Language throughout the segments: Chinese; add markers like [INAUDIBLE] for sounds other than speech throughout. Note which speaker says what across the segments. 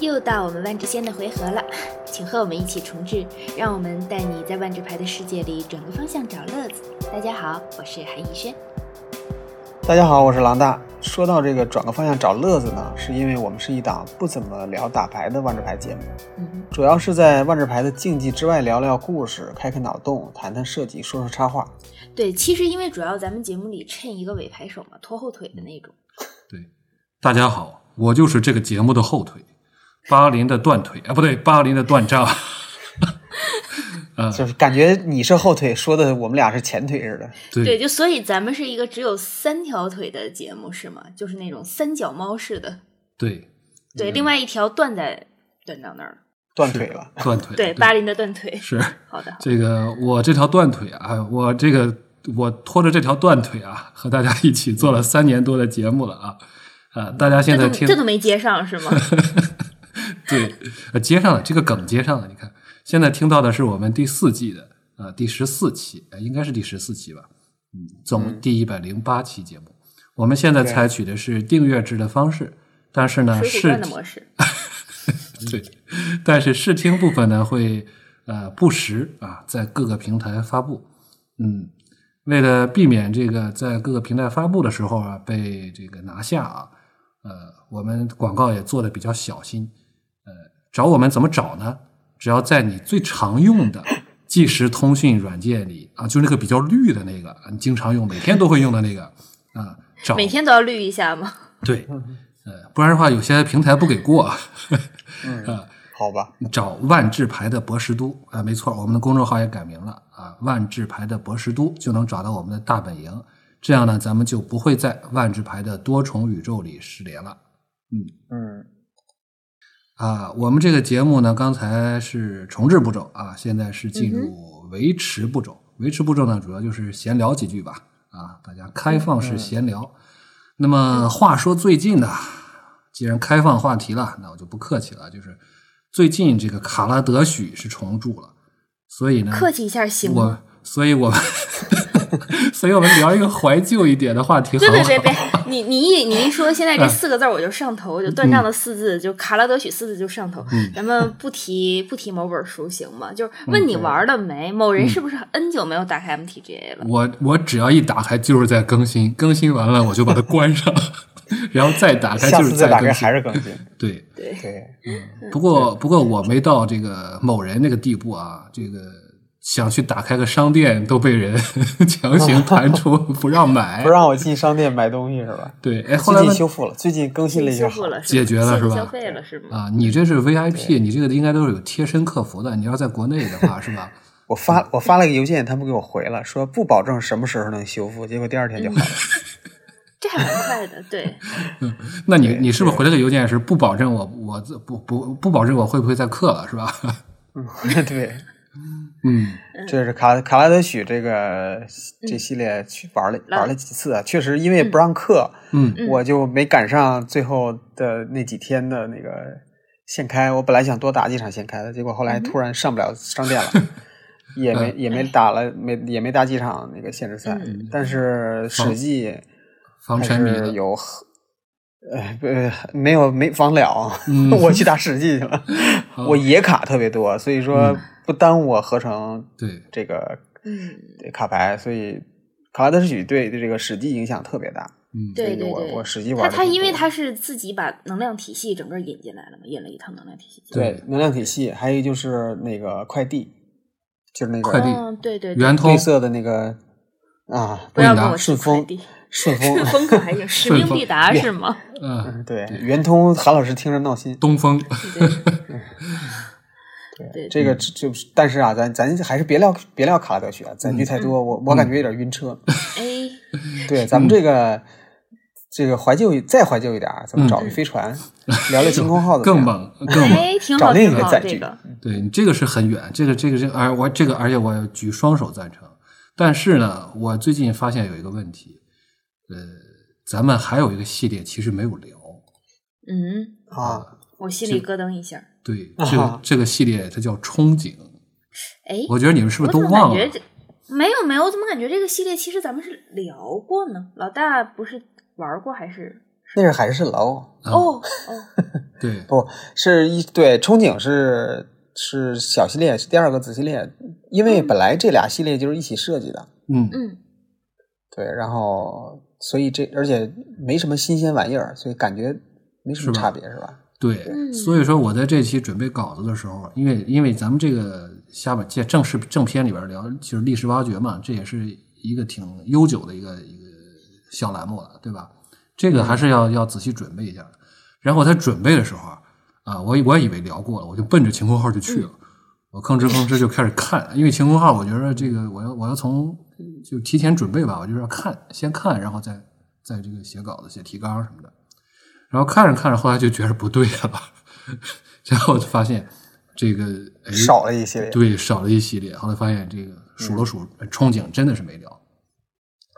Speaker 1: 又到我们万智仙的回合了，请和我们一起重置，让我们带你在万智牌的世界里转个方向找乐子。大家好，我是韩逸轩。
Speaker 2: 大家好，我是狼大。说到这个转个方向找乐子呢，是因为我们是一档不怎么聊打牌的万智牌节目，
Speaker 1: 嗯，
Speaker 2: 主要是在万智牌的竞技之外聊聊故事，开开脑洞，谈谈设计，说说插画。
Speaker 1: 对，其实因为主要咱们节目里衬一个尾牌手嘛，拖后腿的那种。
Speaker 3: 对，大家好，我就是这个节目的后腿，巴林的断腿啊，不对，巴林的
Speaker 1: [LAUGHS]
Speaker 3: 断杖。啊，
Speaker 2: 就是感觉你是后腿，说的我们俩是前腿似的。
Speaker 3: 对，
Speaker 1: 就所以咱们是一个只有三条腿的节目是吗？就是那种三脚猫式的。
Speaker 3: 对，嗯
Speaker 1: 对，另外一条断在断到那儿了。
Speaker 2: 断腿了，
Speaker 3: 断腿。
Speaker 1: 对，巴林的断腿。
Speaker 3: 是
Speaker 1: 好的，好的
Speaker 3: 这个，我这条断腿啊，我这个我拖着这条断腿啊，和大家一起做了三年多的节目了啊，啊，大家现
Speaker 1: 这
Speaker 3: 在
Speaker 1: 都
Speaker 3: 听
Speaker 1: 这都没接上是吗？
Speaker 3: [LAUGHS] 对，呃接上了这个梗，接上了。你看，现在听到的是我们第四季的啊、呃第十四期，呃应该是第十四期吧？嗯，总第一百零八期节目。我们现在
Speaker 2: 对
Speaker 3: 采取的是订阅制的方式，但是呢，
Speaker 1: 水浒传
Speaker 3: 试
Speaker 1: 的模式。
Speaker 3: 对，但是试听部分呢会呃不时啊在各个平台发布，嗯，为了避免这个在各个平台发布的时候啊被这个拿下啊，呃，我们广告也做的比较小心，呃，找我们怎么找呢？只要在你最常用的即时通讯软件里啊，就那个比较绿的那个，啊你经常用，每天都会用的那个啊，找
Speaker 1: 每天都要绿一下吗？
Speaker 3: 对，呃，不然的话有些平台不给过。啊
Speaker 2: 好吧，
Speaker 3: 找万智牌的博士都啊，没错，我们的公众号也改名了啊，万智牌的博士都就能找到我们的大本营。这样呢，咱们就不会在万智牌的多重宇宙里失联了
Speaker 2: 嗯，
Speaker 3: 啊。我们这个节目呢，刚才是重置步骤啊，现在是
Speaker 1: 嗯
Speaker 3: 进入维持步骤。维持步骤呢，主要就是闲聊几句吧啊，大家
Speaker 1: 嗯
Speaker 3: 开放式闲聊。那么话说最近呢，既然开放话题了，那我就不客气了，就是最近这个卡拉德许是重铸了，所以呢，
Speaker 1: 客气一下行吗？
Speaker 3: 我，所以我们， [LAUGHS] 所以我们聊一个怀旧一点的话题，好
Speaker 1: 别
Speaker 3: 不
Speaker 1: 别
Speaker 3: 好？
Speaker 1: 别别，你你一你一说现在这
Speaker 3: 哎
Speaker 1: 四个字儿我就上头，就断章的四字，就卡拉德许四字就上头。咱们不提不提某本书行吗？就是问你玩了没？某人是不是 N 久没有打开 MTGA 了？
Speaker 3: 我我只要一打开就是在更新，更新完了我就把它关上， [LAUGHS] 然后再打开
Speaker 2: 下
Speaker 3: 就是
Speaker 2: 次再打开
Speaker 3: 更
Speaker 2: 还
Speaker 3: 新。
Speaker 2: 是更新。
Speaker 3: 对，
Speaker 1: 对，
Speaker 2: 对，
Speaker 3: 不过不过我没到这个某人那个地步啊，这个想去打开个商店都被人 [LAUGHS]
Speaker 2: [LAUGHS]
Speaker 3: 强行弹出不让买
Speaker 2: 不。让我进商店买东西是吧？
Speaker 3: 对，哎，后
Speaker 2: 最
Speaker 3: 来
Speaker 2: 近
Speaker 3: 问
Speaker 2: 修复了，最近更新了一下
Speaker 1: 修。复了，
Speaker 3: 解决了
Speaker 1: 是吗
Speaker 3: 是吧
Speaker 1: 消费了是吗？
Speaker 3: 啊，你这是 VIP，你这个应该都是有贴身客服的。你要在国内的
Speaker 2: [LAUGHS]
Speaker 3: 话，是吧？
Speaker 2: 我发我发了个邮件，他们给我回了，说不保证什么时候能修复，结果第二天就好了。
Speaker 1: 这还蛮快的，对，
Speaker 3: 那你
Speaker 2: 对
Speaker 3: 你是不是回了个邮件是不保证我我不不不保证我会不会再氪了是吧？ [LAUGHS]
Speaker 2: 嗯， [LAUGHS] 对，
Speaker 3: 嗯，
Speaker 2: 这是卡卡拉德许这个这系列去玩了、
Speaker 1: 来
Speaker 2: 玩了几次啊，确实因为不让课，
Speaker 3: 嗯
Speaker 1: 嗯
Speaker 2: 我就没赶上最后的那几天的那个现开。我本来想多打几场现开的，结果后来突然上不了商店了，也没也没打了，没也没打几场那个限制赛。
Speaker 1: 嗯
Speaker 2: 但是史记
Speaker 3: 防沉
Speaker 2: 还
Speaker 3: 迷
Speaker 2: 是
Speaker 3: 了。
Speaker 2: 有很。呃，不没有没防了，
Speaker 3: 嗯
Speaker 2: [LAUGHS] 我去打史记去了。
Speaker 3: 好嗯
Speaker 2: 我野卡特别多，所以说不耽误我合成
Speaker 3: 对，
Speaker 2: 这个
Speaker 1: 嗯，
Speaker 2: 卡牌，所以卡拉德许对对这个史记影响特别大。
Speaker 3: 嗯，
Speaker 1: 对
Speaker 2: 所
Speaker 1: 对
Speaker 2: 以我
Speaker 1: 对，
Speaker 2: 我实际
Speaker 1: 他
Speaker 2: 玩得
Speaker 1: 他
Speaker 2: 挺
Speaker 1: 因为
Speaker 2: 多
Speaker 1: 他是自己把能量体系整个引进来了嘛，引了一套能量体系进来。
Speaker 2: 对能量体系，还有一个就是那个快递，就是那
Speaker 3: 快递
Speaker 2: 个
Speaker 1: 嗯，对对，对
Speaker 3: 圆通
Speaker 2: 绿色的那个啊，
Speaker 1: 不要
Speaker 3: 不
Speaker 1: 跟
Speaker 3: 拿
Speaker 1: 我
Speaker 2: 顺
Speaker 1: 说快
Speaker 2: 丰
Speaker 1: 递，
Speaker 2: 顺丰
Speaker 1: 顺丰可还行，使命必达是吗？ [LAUGHS]
Speaker 3: 嗯，
Speaker 2: 嗯对圆通，韩老师听着闹心。
Speaker 3: 东风，
Speaker 1: 对对
Speaker 2: 这个
Speaker 3: 嗯
Speaker 2: 只就是，但是啊，咱咱还是别聊别聊卡拉德许啊，
Speaker 3: 嗯
Speaker 2: 咱句太
Speaker 1: 嗯
Speaker 2: 多，我我感觉有点晕车。
Speaker 1: 哎，
Speaker 2: 对，咱
Speaker 3: 嗯
Speaker 2: 们这个这个怀旧再怀旧一点啊，咱们找
Speaker 1: 嗯
Speaker 2: 个飞
Speaker 3: [LAUGHS]
Speaker 2: 船，聊聊星空号怎么
Speaker 3: 嗯更
Speaker 2: 样
Speaker 3: 猛更猛。
Speaker 1: 哎，挺
Speaker 2: 找
Speaker 1: 好，
Speaker 2: 另一
Speaker 1: 挺
Speaker 2: 个
Speaker 1: 好，
Speaker 2: 载
Speaker 1: 这
Speaker 2: 具
Speaker 1: 个
Speaker 3: 对你这个是很远，这个这个这个，而我这个而且我举双手赞成。但是呢，我最近发现有一个问题，呃，咱们还有一个系列其实没有聊。
Speaker 1: 嗯，
Speaker 2: 啊？
Speaker 1: 我心里咯噔一下。
Speaker 3: 对，
Speaker 2: 啊
Speaker 3: 这个这个系列它叫憧憬，
Speaker 1: 哎，
Speaker 3: 我觉得你们是不是
Speaker 1: 我
Speaker 3: 都
Speaker 1: 怎么
Speaker 3: 忘
Speaker 1: 感
Speaker 3: 了
Speaker 1: 觉？这没有没有，我怎么感觉这个系列其实咱们是聊过呢？老大不是玩过还是？
Speaker 2: 那是海市蜃楼，
Speaker 3: 啊
Speaker 1: 哦哦，
Speaker 3: 对，
Speaker 2: 不是一对憧憬是是小系列，是第二个子系列，因为本来这俩系列就是一起设计的，
Speaker 3: 嗯
Speaker 1: 嗯，
Speaker 2: 对，然后所以这而且没什么新鲜玩意儿，所以感觉没什么
Speaker 3: 是吧
Speaker 2: 差别，是吧？
Speaker 3: 对，
Speaker 1: 嗯
Speaker 3: 所以说我在这期准备稿子的时候，因为因为咱们这个下边这正式正片里边聊就是历史挖掘嘛，这也是一个挺悠久的一个一个小栏目了，对吧？这个还是要要仔细准备一下的。然后我在准备的时候啊，啊，我以我也以为聊过了，我就奔着晴空号就去了，我吭哧吭哧就开始看，因为晴空号我觉得这个我要我要从就提前准备吧，我就是要看先看，然后再再这个写稿子、写提纲什么的。然后看着看着，后来就觉得不对了， [LAUGHS] 然后我就发现这个哎
Speaker 2: 少了一系列，
Speaker 3: 对少了一系列，后来发现这个数了数，呃憧憬真的是没聊。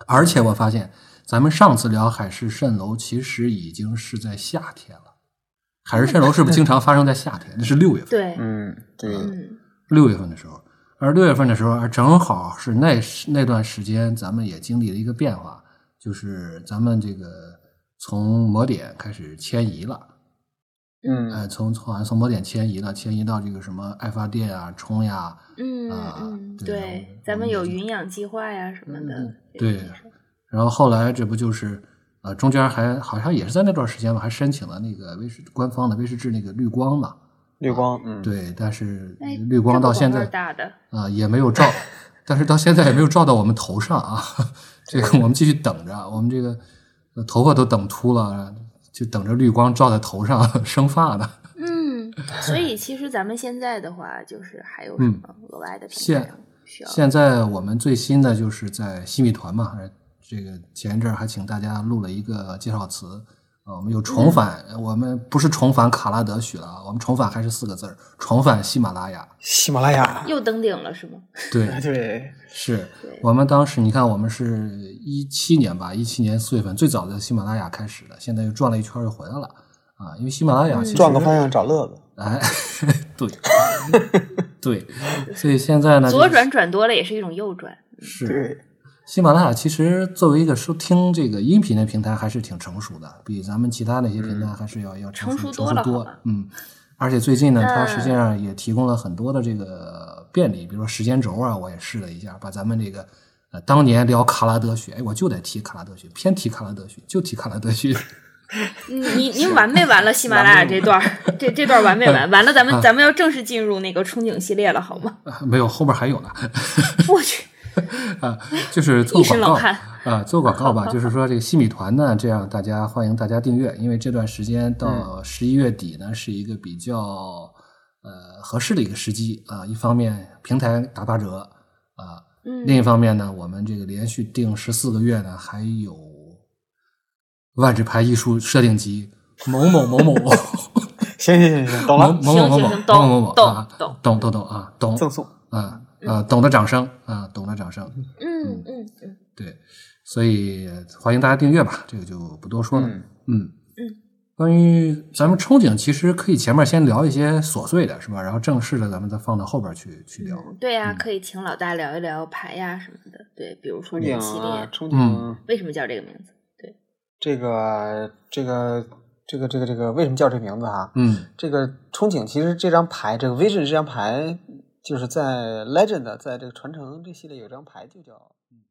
Speaker 3: 而且我发现咱们上次聊海市蜃楼，其实已经是在夏天了。海市蜃楼是不是经常发生在夏天？那是六月份，
Speaker 1: 对，
Speaker 2: 嗯，对，
Speaker 1: 嗯
Speaker 3: 六月份的时候，而六月份的时候，正好是那那段时间，咱们也经历了一个变化，就是咱们这个从魔点开始迁移了。
Speaker 2: 嗯
Speaker 3: 呃，从从好像从某点迁移了，迁移到这个什么爱发电啊、冲呀、
Speaker 1: 嗯
Speaker 3: 啊
Speaker 1: 嗯，
Speaker 3: 对
Speaker 1: 对
Speaker 3: 我，
Speaker 1: 咱们
Speaker 3: 们
Speaker 1: 有
Speaker 3: 已经
Speaker 1: 云养计划呀什么的，
Speaker 3: 嗯对。然后后来这不就是呃，中间还好像也是在那段时间吧，还申请了那个威士官方的威士忌那个绿光嘛。
Speaker 2: 绿光，嗯，
Speaker 3: 对，但是
Speaker 1: 哎
Speaker 3: 绿光
Speaker 1: 这
Speaker 3: 到
Speaker 1: 个
Speaker 3: 现
Speaker 1: 广
Speaker 3: 在
Speaker 1: 告打的
Speaker 3: [LAUGHS] 啊、也没有照，但是到现在也没有照到我们头上啊。 [LAUGHS] 这个我们继续等着，我们这个呃头发都等秃了，就等着绿光照在头上生发呢。
Speaker 1: 嗯，所以其实咱们现在的话，就是还有什
Speaker 3: 嗯
Speaker 1: 么额外的平
Speaker 3: 现
Speaker 1: 台需要？
Speaker 3: 现在我们最新的就是在新米团嘛，这个前一阵儿还请大家录了一个介绍词啊，我们又
Speaker 1: 嗯
Speaker 3: 重返，我们不是重返卡拉德许了啊，我们重返还是四个字儿，重返喜马拉雅。
Speaker 2: 喜马拉雅，
Speaker 1: 又登顶了是吗？ [LAUGHS]
Speaker 3: 对，
Speaker 2: 对，
Speaker 3: 是
Speaker 1: 对
Speaker 3: 我们当时你看，我们是一七年吧，一七年四月份最早在喜马拉雅开始的，现在又转了一圈儿又回来了啊，因为喜马拉
Speaker 1: 嗯
Speaker 3: 雅其实
Speaker 2: 转个方向找乐子，
Speaker 3: 哎， [LAUGHS] 对对，所以现在呢，
Speaker 1: 左转转多了也是一种右转，
Speaker 3: 是
Speaker 2: 对，
Speaker 3: 喜马拉雅其实作为一个收听这个音频的平台，还是挺成熟的，比咱们其他那些平台还是要、要成
Speaker 1: 嗯
Speaker 3: 熟
Speaker 1: 成熟多
Speaker 3: 熟
Speaker 1: 了
Speaker 3: 多
Speaker 1: 好吧。
Speaker 3: 嗯，而且最近呢，
Speaker 1: 嗯
Speaker 3: 它实际上也提供了很多的这个便利，比如说时间轴啊，我也试了一下，把咱们这个呃当年聊卡拉德许，哎，我就得提卡拉德许，偏提卡拉德许，就提卡拉德许。
Speaker 1: 你你 [LAUGHS] 你完没啊完了？喜马拉雅这段儿，这这段儿完啊没 [LAUGHS] 完？完了，咱们咱们要正式进入那个憧憬系列了，好吗？
Speaker 3: 啊 [LAUGHS] 没有，后边还有呢。
Speaker 1: 我 [LAUGHS] 去，
Speaker 3: 啊，就是做
Speaker 1: 一身
Speaker 3: 广告
Speaker 1: 冷汗
Speaker 3: 啊，做广告吧，就是说这个西米团呢，这样大家欢迎大家订阅，因为这段时间
Speaker 1: 嗯
Speaker 3: 到十一月底呢，是一个比较呃合适的一个时机啊。一方面平台打八折啊，
Speaker 1: 嗯，
Speaker 3: 另一方面呢，我们这个连续定十四个月呢，还有万智牌艺术设定集某某
Speaker 1: [LAUGHS]
Speaker 3: 某某
Speaker 2: 行行行行，懂
Speaker 3: 某
Speaker 2: 了，
Speaker 3: 某某某
Speaker 1: 行
Speaker 3: 某某
Speaker 1: 行
Speaker 3: 某某某
Speaker 1: 懂
Speaker 3: 啊，
Speaker 1: 懂
Speaker 3: 懂懂懂啊，懂
Speaker 2: 赠送，
Speaker 3: 啊啊，懂的掌声啊，懂的掌声。
Speaker 1: 嗯嗯嗯，
Speaker 3: 对，所以呃欢迎大家订阅吧，这个就不多说了。
Speaker 2: 嗯
Speaker 3: 嗯
Speaker 1: 嗯
Speaker 3: 关于咱们憧憬，其实可以前面先聊一些琐碎的，是吧？然后正式的咱们再放到后边去去聊。
Speaker 1: 嗯对呀，可以请老大聊一聊牌呀什么的，对，比如说
Speaker 2: 憧
Speaker 1: 这个
Speaker 2: 憬
Speaker 1: 系
Speaker 2: 啊，
Speaker 1: 列
Speaker 2: 憧
Speaker 3: 嗯
Speaker 2: 憬，
Speaker 1: 为什么叫这个名字？
Speaker 2: 这个这个这个这个这个为什么叫这名字哈？
Speaker 3: 嗯
Speaker 2: 这个憧憬其实这张牌，这个 Vision 这张牌，就是在 Legend 在这个传承这系列有一张牌就叫。嗯